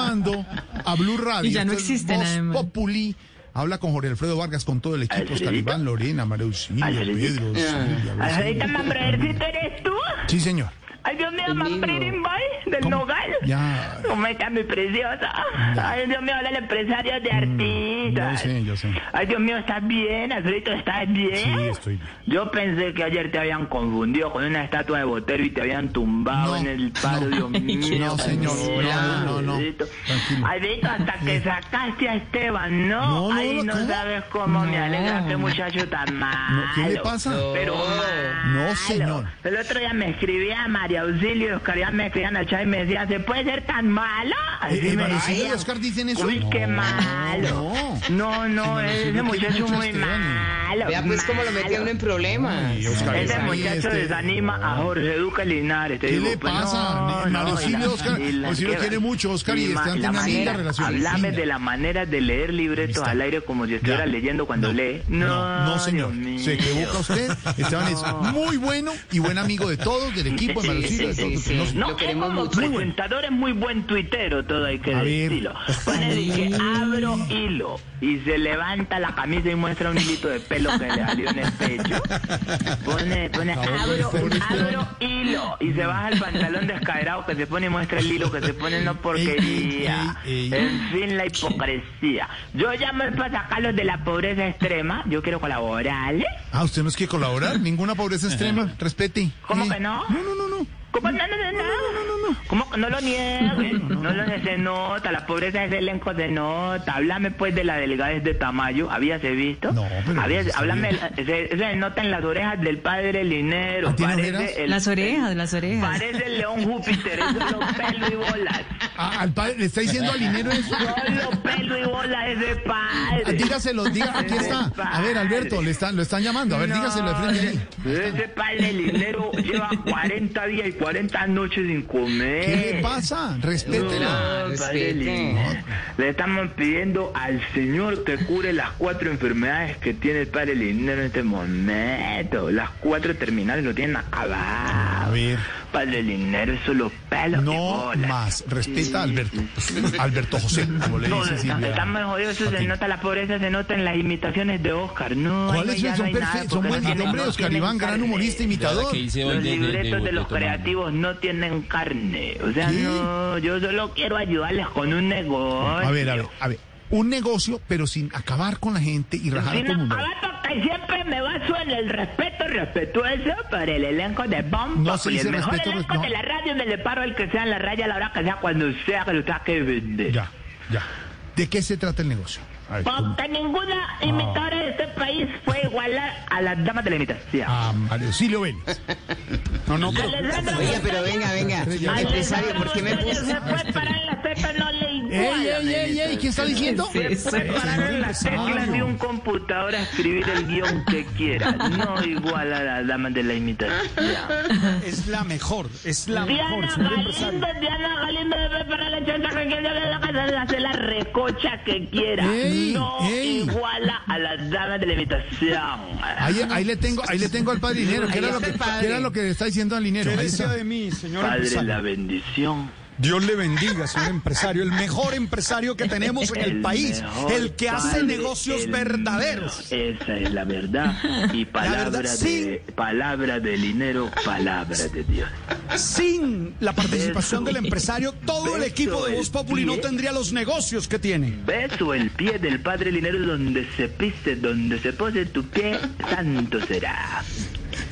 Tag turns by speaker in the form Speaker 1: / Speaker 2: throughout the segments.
Speaker 1: llamando a Blue Radio.
Speaker 2: Y ya no
Speaker 1: Entonces,
Speaker 2: existen,
Speaker 1: Voz
Speaker 2: además.
Speaker 1: Populi habla con Jorge Alfredo Vargas, con todo el equipo, Oscar
Speaker 3: Alfredito.
Speaker 1: Iván, Lorena, María Auxilia,
Speaker 3: Alfredito.
Speaker 1: Pedro, Silvia,
Speaker 3: Alfredito
Speaker 1: Luis.
Speaker 3: Manfredcito, ¿eres tú?
Speaker 1: Sí, señor.
Speaker 3: Ay, Dios mío,
Speaker 4: El
Speaker 3: Manfred
Speaker 4: niño.
Speaker 3: Imbay, del
Speaker 1: ¿Cómo?
Speaker 3: Nogal.
Speaker 1: Ya.
Speaker 3: ¿Cómo está mi preciosa? Ay, Dios mío, habla el empresario de
Speaker 1: Yo
Speaker 3: artistas.
Speaker 1: Mm, sé, yo sé.
Speaker 3: Ay, Dios mío, ¿estás bien, Alfredito? ¿Estás bien?
Speaker 1: Sí, estoy bien.
Speaker 3: Yo pensé que ayer te habían confundido con una estatua de Botero y te habían tumbado
Speaker 1: No,
Speaker 3: en el paro,
Speaker 1: no.
Speaker 3: Dios mío.
Speaker 1: No, señor, no, no, no,
Speaker 3: Alfredito.
Speaker 1: tranquilo.
Speaker 3: Alfredito, hasta que sacaste a Esteban,
Speaker 1: No,
Speaker 3: ¿no?
Speaker 1: no,
Speaker 3: Ay, no
Speaker 1: ¿cómo?
Speaker 3: sabes cómo me alegra este muchacho tan malo.
Speaker 1: ¿qué le pasa?
Speaker 3: Pero malo.
Speaker 1: No, señor.
Speaker 3: El otro día me escribía a María Auxilio y Oscar ya me escribían a Chávez y me decía, ¿se puede ser tan malo?
Speaker 1: Eh, eh,
Speaker 3: Y me
Speaker 1: María Auxilio y
Speaker 3: decía,
Speaker 1: Oscar dicen eso.
Speaker 3: Uy, qué
Speaker 1: No,
Speaker 3: malo. No, no,
Speaker 1: Eh, María Auxilio
Speaker 3: ese
Speaker 1: quiere
Speaker 3: muchacho
Speaker 1: mucho a
Speaker 3: muy
Speaker 1: Esteban.
Speaker 3: malo.
Speaker 4: Vea pues cómo lo mete a
Speaker 3: malo.
Speaker 4: uno en problemas.
Speaker 1: Y Oscar
Speaker 3: Ese
Speaker 1: Iván y
Speaker 3: muchacho
Speaker 1: este-
Speaker 3: desanima a Jorge Duque Linares. Te
Speaker 1: ¿Qué
Speaker 3: digo,
Speaker 1: le
Speaker 3: pues,
Speaker 1: pasa? Mario
Speaker 3: No, no,
Speaker 1: Silvio,
Speaker 3: y la-
Speaker 1: Oscar,
Speaker 3: y la-
Speaker 1: Oscar lo
Speaker 3: qué-
Speaker 1: quiere mucho, Oscar, y
Speaker 3: ma-
Speaker 1: están
Speaker 3: la
Speaker 1: teniendo una
Speaker 3: manera-
Speaker 1: relación,
Speaker 3: Hablame
Speaker 1: linda.
Speaker 3: de la manera de leer libretos
Speaker 1: Está.
Speaker 3: al aire como si estuviera
Speaker 1: Ya.
Speaker 3: leyendo cuando lee. No,
Speaker 1: no, no, señor.
Speaker 3: Dios mío.
Speaker 1: Se equivoca usted. Esteban es muy bueno y buen amigo de todos, del equipo de Mario
Speaker 4: Sí,
Speaker 1: Silvio, de
Speaker 4: sí,
Speaker 1: todos.
Speaker 4: sí,
Speaker 1: No,
Speaker 4: sí.
Speaker 3: No,
Speaker 4: Lo
Speaker 3: él
Speaker 4: queremos
Speaker 3: como
Speaker 4: mucho.
Speaker 3: presentador es muy buen tuitero, todo hay que
Speaker 1: A ver.
Speaker 3: decirlo. Pone de que abro hilo y se levanta la camisa y muestra un hilito de pelo que le salió en el pecho. Pone, pone,
Speaker 1: Por favor,
Speaker 3: abro,
Speaker 1: por favor.
Speaker 3: abro hilo y se baja el pantalón descaderado que se pone y muestra el hilo que se pone no porquería.
Speaker 1: Ey, ey, ey, ey.
Speaker 3: En fin, la hipocresía. Yo llamo es para sacarlos de la pobreza extrema. Yo quiero colaborar. ¿eh?
Speaker 1: Ah, usted no es que colaborar, ninguna pobreza extrema, respete.
Speaker 3: ¿Cómo
Speaker 1: Eh,
Speaker 3: que no?
Speaker 1: No, no, no, no.
Speaker 3: ¿Cómo? No, no, no, no. ¿Cómo que no lo niegues? No lo se nota, la pobreza de ese elenco se nota. Háblame pues de la delgadez de Tamayo, ¿habíase visto?
Speaker 1: No, pero
Speaker 3: Habías-
Speaker 1: no se
Speaker 3: háblame,
Speaker 1: sabía.
Speaker 3: se, se nota en las orejas del padre
Speaker 1: ¿Ah,
Speaker 3: Linero.
Speaker 1: tiene orejas?
Speaker 3: el-
Speaker 2: Las orejas, las orejas.
Speaker 3: Parece el león Júpiter, eso es los pelo y bolas.
Speaker 1: Ah, al padre, le está diciendo al dinero eso.
Speaker 3: Solo pelo y bolas ese
Speaker 1: Ah,
Speaker 3: padre.
Speaker 1: Dígaselo, diga, aquí está. A ver, Alberto, le están, lo están llamando. A ver, dígaselo de frente ahí.
Speaker 3: Ese padre Linero lleva 40 días y 40 noches sin comer.
Speaker 1: ¿Qué le pasa? Respétela.
Speaker 3: eh, No,
Speaker 4: respete.
Speaker 3: Padre Linares. Le estamos pidiendo al Señor que cure las cuatro enfermedades que tiene el padre Linero en este momento. Las cuatro terminales lo tienen acabado.
Speaker 1: A ver.
Speaker 3: Padre Linero, eso los pelos. y
Speaker 1: No
Speaker 3: bolas.
Speaker 1: más. Respeta a Alberto. Alberto José, como le
Speaker 3: No,
Speaker 1: dice
Speaker 3: está-
Speaker 1: Silvia.
Speaker 3: estamos jodidos, eso se
Speaker 1: Joaquín.
Speaker 3: nota la pobreza, se nota en las imitaciones de Oscar. No,
Speaker 1: ¿Cuáles
Speaker 3: ya
Speaker 1: son?
Speaker 3: no
Speaker 1: Son
Speaker 3: hay nada,
Speaker 1: perfectos. Son
Speaker 3: porque
Speaker 1: buenos.
Speaker 3: no
Speaker 1: El
Speaker 3: tienen-
Speaker 1: hombre de
Speaker 3: no
Speaker 1: Oscar
Speaker 3: tienen
Speaker 1: Iván, gran
Speaker 3: carne.
Speaker 1: humorista
Speaker 5: ¿Verdad
Speaker 1: imitador.
Speaker 5: que hice hoy
Speaker 3: Los
Speaker 5: de- de- de
Speaker 3: libretos de los
Speaker 5: Bototomán?
Speaker 3: creativos no tienen carne. O sea,
Speaker 1: ¿Qué?
Speaker 3: no, yo solo quiero ayudarles con un negocio.
Speaker 1: A ver, a ver, a ver. Un negocio, pero sin acabar con la gente y rajar a
Speaker 3: Si
Speaker 1: todo el
Speaker 3: no,
Speaker 1: mundo.
Speaker 3: abato que siempre me baso en el respeto respetuoso por el elenco de Bomba.
Speaker 1: No se
Speaker 3: y el
Speaker 1: dice
Speaker 3: mejor
Speaker 1: respeto,
Speaker 3: elenco
Speaker 1: no.
Speaker 3: de la radio me le paro el que sea en la raya, a la hora que sea, cuando sea, que lo tenga que vender.
Speaker 1: Ya, ya. ¿De qué se trata el negocio? A ver, ¿cómo?
Speaker 3: Porque ninguna imitadora de este país
Speaker 1: Ah.
Speaker 3: fue igualar a las damas de la imitación.
Speaker 1: A Ah, Mario Silvio Vélez. No, no, pero-
Speaker 3: Alessandra
Speaker 4: Oiga, pero venga, venga.
Speaker 1: Estrella.
Speaker 4: Empresario, ¿por qué me
Speaker 3: Alessandra
Speaker 4: puso?
Speaker 3: Montoya Se fue parar en la cepa, no le
Speaker 1: ¡Ey,
Speaker 3: iguala.
Speaker 1: ey, ey, ey! ¿Qué está diciendo?
Speaker 2: es eso?
Speaker 3: Fue parar en las teclas de un computador a escribir el guión que quiera. No igual a las damas de la imitación.
Speaker 6: Es la mejor, es la mejor,
Speaker 3: Diana
Speaker 6: señor empresario.
Speaker 3: Galindo, Diana Galindo debe para la chanta que quiera de la casa de hacer la recocha que quiera.
Speaker 1: Ey,
Speaker 3: no
Speaker 1: ey.
Speaker 3: iguala a las damas de la invitación.
Speaker 1: Ahí, ahí le tengo, ahí le tengo al padre Linero. ¿Qué
Speaker 4: Ahí
Speaker 1: era, lo
Speaker 4: está
Speaker 1: que,
Speaker 4: el padre.
Speaker 1: qué era lo que le está diciendo al Linero?
Speaker 6: ¿Qué
Speaker 1: Ahí
Speaker 6: desea
Speaker 1: está.
Speaker 6: de mí, señor
Speaker 3: Padre, la
Speaker 6: empresario?
Speaker 3: bendición.
Speaker 6: Dios le bendiga, señor empresario, el mejor empresario que tenemos en el país,
Speaker 3: mejor
Speaker 6: el que hace
Speaker 3: padre,
Speaker 6: negocios
Speaker 3: el-
Speaker 6: verdaderos.
Speaker 3: Esa es la verdad. Y palabra,
Speaker 6: verdad,
Speaker 3: de,
Speaker 6: sí.
Speaker 3: palabra de dinero, palabra de Dios.
Speaker 6: Sin la participación del empresario, todo el
Speaker 3: Beso
Speaker 6: equipo de Voz
Speaker 3: el
Speaker 6: Populi no
Speaker 3: pie.
Speaker 6: tendría los negocios que tiene.
Speaker 3: Beso el pie del padre Linero donde se pise, donde se pose tu pie, santo será.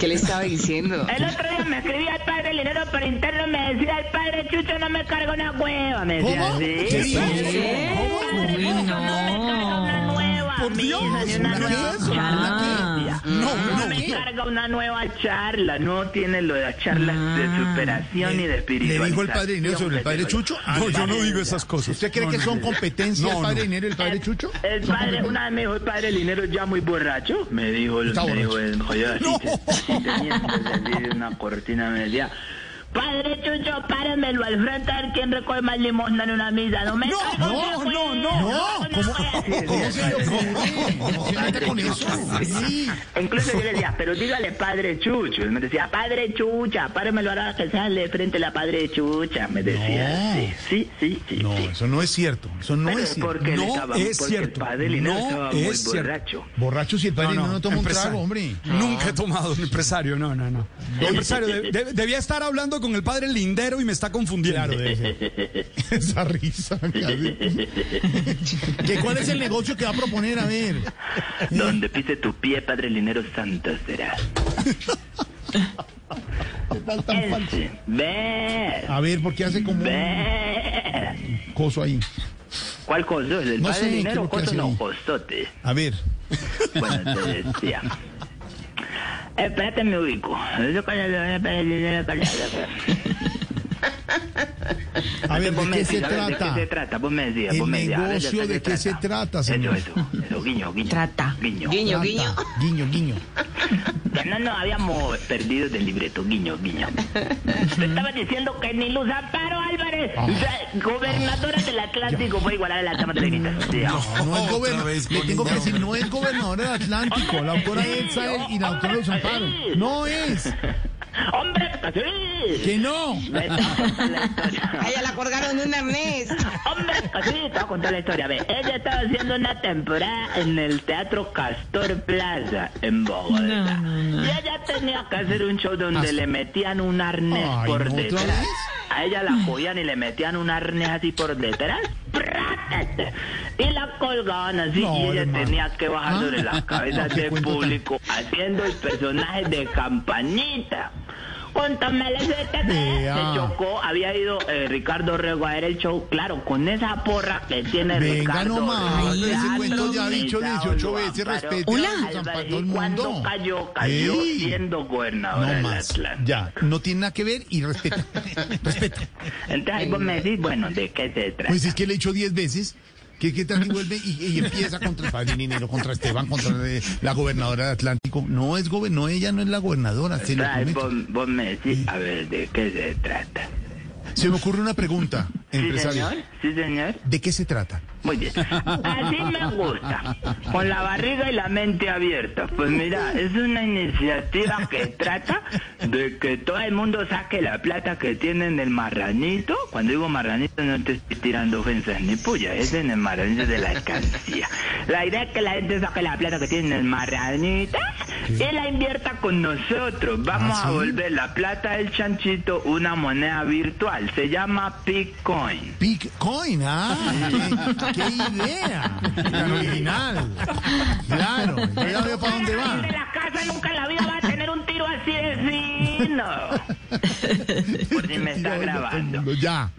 Speaker 4: ¿Qué le estaba diciendo?
Speaker 3: El otro día me escribía al padre Linero por interno, me decía el padre Chucho no me carga una hueva, me decía
Speaker 1: ¿Cómo?
Speaker 3: así.
Speaker 1: ¿Qué dijo?
Speaker 2: Uy,
Speaker 3: Padre Chucho, no. me carga
Speaker 2: no.
Speaker 3: una nueva
Speaker 6: Por
Speaker 3: misa,
Speaker 6: Dios,
Speaker 3: ni una
Speaker 6: ¿una qué
Speaker 3: nueva
Speaker 6: es eso?
Speaker 3: charla.
Speaker 2: ¿Una
Speaker 1: qué? No,
Speaker 3: No,
Speaker 1: no,
Speaker 3: me
Speaker 1: ¿qué?
Speaker 3: carga una nueva charla, no tiene lo de las charlas de superación y de
Speaker 1: Ah, ¿Le
Speaker 3: espiritualización.
Speaker 1: dijo el padre Linero sobre el padre Chucho?
Speaker 6: No, yo no digo
Speaker 1: esas
Speaker 6: cosas.
Speaker 1: ¿Usted cree
Speaker 6: No,
Speaker 1: que
Speaker 6: no,
Speaker 1: son
Speaker 6: no.
Speaker 1: competencias
Speaker 6: No,
Speaker 1: el padre
Speaker 6: no.
Speaker 1: Linero y el padre Chucho?
Speaker 3: El padre, una vez me dijo el padre Linero ya muy borracho. Me dijo el
Speaker 1: Está
Speaker 3: me dijo
Speaker 1: borracho.
Speaker 3: el joyero así, que- que tenía, pues, así, una cortina me decía, Padre Chucho, páremelo al frente a ver quién recoge más limosna en una misa. No me
Speaker 6: No, no, no, no, no.
Speaker 3: ¿Cómo?
Speaker 1: ¿Cómo se le ocurre? ¿Cómo se mete con eso? Sí.
Speaker 3: Incluso yo le decía, pero dígale padre Chucho. Él me decía, padre Chucha, páremelo ahora que sale de frente la padre Chucha. Me decía,
Speaker 1: No.
Speaker 3: sí, sí, sí, sí.
Speaker 1: No,
Speaker 3: sí.
Speaker 1: eso no es cierto. Eso no
Speaker 3: Pero
Speaker 1: es cierto.
Speaker 3: porque él
Speaker 6: No
Speaker 3: estaba,
Speaker 6: es
Speaker 3: porque
Speaker 6: cierto.
Speaker 3: el padre Linares
Speaker 6: No
Speaker 3: estaba muy
Speaker 6: es cierto.
Speaker 3: borracho.
Speaker 1: Borracho si el padre no, no toma un
Speaker 6: empresario.
Speaker 1: trago, hombre.
Speaker 6: Nunca he tomado un empresario, no, no, no. Empresario, de- de- debía estar hablando con el padre Lindero y me está confundiendo.
Speaker 1: Claro, debe ser. Esa risa. casi. ¿Que ¿Cuál es el negocio que va a proponer? A ver.
Speaker 3: Donde pise tu pie, padre Linero Santo será. Ese. Ve.
Speaker 1: A ver, porque hace como un
Speaker 3: Ve.
Speaker 1: coso ahí.
Speaker 3: ¿Cuál coso? ¿El del
Speaker 1: No sé,
Speaker 3: padre
Speaker 1: ¿qué es lo
Speaker 3: Linero?
Speaker 1: que
Speaker 3: Coso
Speaker 1: hace
Speaker 3: no,
Speaker 1: ahí?
Speaker 3: cosote.
Speaker 1: A ver.
Speaker 3: Bueno, te decía. Eh, Espérate, me ubico. Eso con el- el- con el-
Speaker 1: A ver,
Speaker 3: Vos
Speaker 1: ¿de
Speaker 3: me
Speaker 1: qué
Speaker 3: decís,
Speaker 1: se
Speaker 3: a ver,
Speaker 1: trata?
Speaker 3: ¿De qué se trata? Vos me decías,
Speaker 1: El
Speaker 3: vos me decías. a ver,
Speaker 1: negocio, ¿de qué se trata, señor?
Speaker 3: Eso, eso, eso, guiño, guiño.
Speaker 4: Trata.
Speaker 3: Guiño.
Speaker 4: Guiño, guiño.
Speaker 1: Trata. Guiño, guiño.
Speaker 3: Ya no nos habíamos perdido del libreto, guiño, guiño. Te estaba diciendo que ni Luz Amparo Álvarez, la gobernadora del Atlántico, fue igualada a la Cámara de
Speaker 1: No, no es gobernador. Le tengo que decir, no es gobernadora del Atlántico, la autora
Speaker 3: Sí,
Speaker 1: Elsa y la autora
Speaker 3: hombre,
Speaker 1: de Amparo.
Speaker 3: sí.
Speaker 1: No es.
Speaker 3: ¡Hombre, pues
Speaker 1: Que
Speaker 3: sí!
Speaker 1: no.
Speaker 3: Ve, te voy a contar la historia.
Speaker 4: A ella la colgaron de un arnés.
Speaker 3: Hombre, sí, te voy a contar la historia. Ve, ella estaba haciendo una temporada en el Teatro Castor Plaza, en Bogotá. Y ella tenía que hacer un show donde le metían un arnés
Speaker 1: Ay,
Speaker 3: por
Speaker 1: ¿no? ¿Otra
Speaker 3: detrás.
Speaker 1: vez?
Speaker 3: A ella la cogían y le metían un arnés así por detrás. ¡prácate! Y la colgaban así
Speaker 1: No,
Speaker 3: y ella
Speaker 1: hermano.
Speaker 3: tenía que bajar
Speaker 1: Ah.
Speaker 3: sobre las cabezas
Speaker 1: No, qué
Speaker 3: del
Speaker 1: cuento tan-
Speaker 3: público haciendo el personaje de campanita. Cuéntame la
Speaker 1: Vea.
Speaker 3: se chocó, había ido eh, Ricardo Rego a ver el show, claro, con esa porra que tiene
Speaker 1: Venga
Speaker 3: Ricardo.
Speaker 1: nomás,
Speaker 3: Rego,
Speaker 1: ese
Speaker 3: Lalo,
Speaker 1: cuento ya ha dicho
Speaker 3: Mesa,
Speaker 1: 18
Speaker 3: Olua,
Speaker 1: veces,
Speaker 3: Amparo,
Speaker 1: respete
Speaker 3: Hola.
Speaker 1: a San Juan todo el
Speaker 3: Álvarez,
Speaker 1: mundo.
Speaker 3: Cuando cayó, cayó
Speaker 1: Ey.
Speaker 3: siendo gobernador
Speaker 1: No
Speaker 3: del
Speaker 1: más.
Speaker 3: Atlántico.
Speaker 1: Ya, no tiene nada que ver y respeta. respeta.
Speaker 3: Entonces ahí vos me decís, bueno, ¿de qué se trata?
Speaker 1: Pues es que le he dicho 10 veces. que qué tal y vuelve y, y empieza contra el padre Ninero, contra Esteban, contra eh, la gobernadora de Atlántico? No es gober- no, ella no es la gobernadora, se lo
Speaker 3: Entonces, ahí vos,
Speaker 1: prometo.
Speaker 3: vos me decís, a ver, ¿de qué se trata?
Speaker 1: Se me ocurre una pregunta,
Speaker 3: pues. ¿Sí,
Speaker 1: empresario.
Speaker 3: señor? ¿Sí, señor?
Speaker 1: ¿De qué se trata?
Speaker 3: Muy bien. Así me gusta. Con la barriga y la mente abierta. Pues mira, es una iniciativa que trata de que todo el mundo saque la plata que tiene en el marranito. Cuando digo marranito no te estoy tirando ofensas ni puya. Es en el marranito de la alcancía. La idea es que la gente saque la plata que tiene en el marranito y la invierta con nosotros. Vamos
Speaker 1: Ah,
Speaker 3: a
Speaker 1: ¿sí?
Speaker 3: volver la plata del chanchito una moneda virtual. Se llama Bitcoin.
Speaker 1: Bitcoin, ah, qué, qué idea, tan original. Claro, yo ya veo para dónde
Speaker 3: Ahí De
Speaker 1: va.
Speaker 3: la casa nunca en la vida va a tener un tiro así de fino. Por si me está grabando.
Speaker 1: Ya.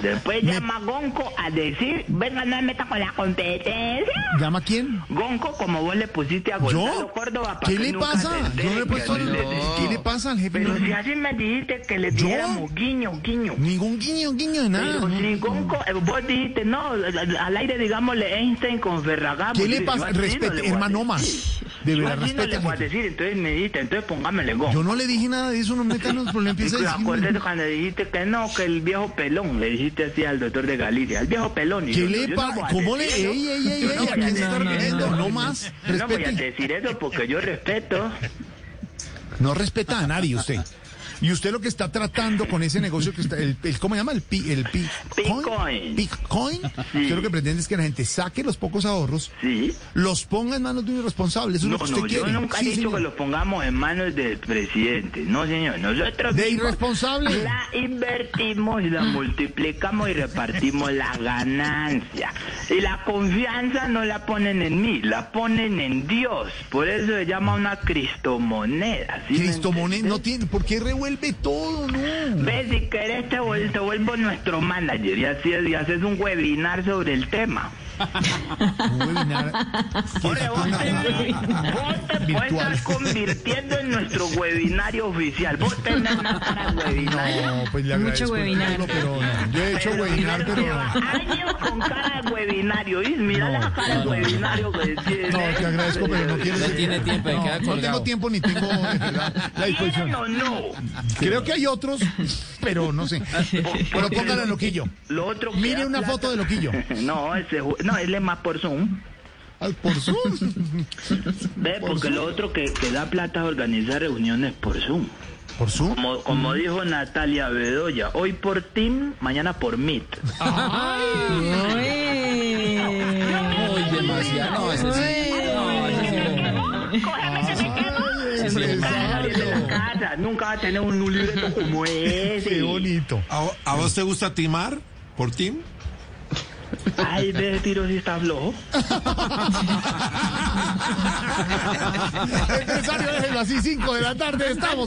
Speaker 3: Después llama a Gonco a decir, venga, no me meta con la competencia.
Speaker 1: ¿Llama quién?
Speaker 3: Gonco, como vos le pusiste a Gonzalo
Speaker 1: ¿Yo?
Speaker 3: Pues Córdoba. para
Speaker 1: ¿Qué
Speaker 3: que
Speaker 1: le
Speaker 3: nunca se
Speaker 1: pasa?
Speaker 3: entere
Speaker 1: Yo no le
Speaker 3: que
Speaker 1: he puesto
Speaker 3: no le-
Speaker 1: el- ¿Qué le pasa al jefe?
Speaker 3: Pero
Speaker 1: No,
Speaker 3: si así me dijiste que le
Speaker 1: ¿Yo?
Speaker 3: dijéramos guiño, guiño.
Speaker 1: Ningún guiño, guiño de nada.
Speaker 3: Pero
Speaker 1: ¿no?
Speaker 3: si Gonco, eh, vos dijiste, no, al al aire digámosle Einstein con Ferragamo.
Speaker 1: ¿Qué
Speaker 3: Yo-
Speaker 1: le
Speaker 3: yo
Speaker 1: pasa?
Speaker 3: así no le voy
Speaker 1: Respete,
Speaker 3: a
Speaker 1: hermano
Speaker 3: decir.
Speaker 1: más. De
Speaker 3: Yo
Speaker 1: verdad,
Speaker 3: así no le
Speaker 1: respete.
Speaker 3: voy a
Speaker 1: gente.
Speaker 3: decir, entonces me dijiste, entonces pongámosle
Speaker 1: Yo
Speaker 3: Gonco.
Speaker 1: no le dije nada de eso, no metan los problemas.
Speaker 3: Y
Speaker 1: Empieza a
Speaker 3: te acordé de
Speaker 1: decirme.
Speaker 3: cuando dijiste que no, que el viejo pelón, le dijiste así al doctor de Galicia, el viejo pelón. y
Speaker 1: ¿Qué
Speaker 3: yo, yo
Speaker 1: le
Speaker 3: no voy
Speaker 1: pasa?
Speaker 3: a
Speaker 1: ¿Cómo le.?
Speaker 3: decir eso.
Speaker 1: Ey, ey, ey,
Speaker 3: Yo no
Speaker 1: ey, ¿a
Speaker 3: voy
Speaker 1: quién se
Speaker 3: decir
Speaker 1: está
Speaker 3: eso.
Speaker 1: refiriendo? No más.
Speaker 3: Yo No voy a
Speaker 1: Respete.
Speaker 3: decir eso porque yo respeto.
Speaker 1: No respeta a nadie usted. Y usted lo que está tratando con ese negocio que está, el, el- ¿cómo se llama? El, pi- el pi-
Speaker 3: Bitcoin.
Speaker 1: Bitcoin. Usted lo que pretende es que la gente saque los pocos ahorros,
Speaker 3: Sí.
Speaker 1: los ponga en manos de un irresponsable. Eso es lo
Speaker 3: No,
Speaker 1: que usted
Speaker 3: no, yo
Speaker 1: quiere.
Speaker 3: nunca he
Speaker 1: Sí,
Speaker 3: dicho
Speaker 1: señor.
Speaker 3: que los pongamos en manos del presidente. No, señor, nosotros
Speaker 1: De
Speaker 3: mismos
Speaker 1: irresponsable.
Speaker 3: La invertimos, la multiplicamos y repartimos la ganancia. Y la confianza no la ponen en mí, la ponen en Dios. Por eso se llama una cristomoneda. ¿sí me
Speaker 1: Cristo Monet
Speaker 3: entiendes?
Speaker 1: no tiene. ¿Por qué revuelve todo? No.
Speaker 3: Ve, si querés te vuelvo, te vuelvo nuestro manager y así y haces un webinar sobre el tema.
Speaker 1: Un webinar.
Speaker 3: Hombre, vos te, vos te puedes
Speaker 1: Virtual.
Speaker 3: estar convirtiendo en nuestro webinario oficial. Vos tenés una cara de webinario.
Speaker 1: No, pues le
Speaker 7: Mucho
Speaker 1: agradezco,
Speaker 7: webinar.
Speaker 1: Carlos, pero no. Yo he hecho webinar, pero
Speaker 3: lleva
Speaker 1: no.
Speaker 3: años con cara de webinario. ¿oís? Mira
Speaker 1: No,
Speaker 3: la cara de
Speaker 1: no.
Speaker 3: webinario que tiene.
Speaker 1: No, te agradezco, pero no quieres.
Speaker 8: No tiene tiempo, de
Speaker 1: No,
Speaker 8: queda
Speaker 1: no
Speaker 8: colgado.
Speaker 1: tengo tiempo ni tengo de verdad, la
Speaker 3: ¿Quieren
Speaker 1: disposición.
Speaker 3: o no?
Speaker 1: Creo que hay otros, pero no sé. Pero póngale a Loquillo.
Speaker 3: Lo otro que
Speaker 1: Mire
Speaker 3: da
Speaker 1: una
Speaker 3: plata-
Speaker 1: foto de Loquillo.
Speaker 3: No, ese, ju- no, él es más por Zoom.
Speaker 1: Ay, Por Zoom.
Speaker 3: ¿Ve? Porque lo otro que, que da plata es organizar reuniones por Zoom.
Speaker 1: ¿Por Zoom?
Speaker 3: Como, como
Speaker 1: Mm.
Speaker 3: dijo Natalia Bedoya, hoy por Team, mañana por Meet.
Speaker 2: Eh.
Speaker 8: Uy, demasiado. No, ese sí. No, ese sí.
Speaker 1: Ay,
Speaker 3: la
Speaker 1: empresario.
Speaker 3: casa, nunca va a tener un libreto como
Speaker 1: Qué
Speaker 3: ese.
Speaker 1: bonito.
Speaker 9: ¿A, a vos te gusta timar por team?
Speaker 3: Ay, ve, tiro si está flojo.
Speaker 1: Empresario, déjelo así, 5 de la tarde, estamos.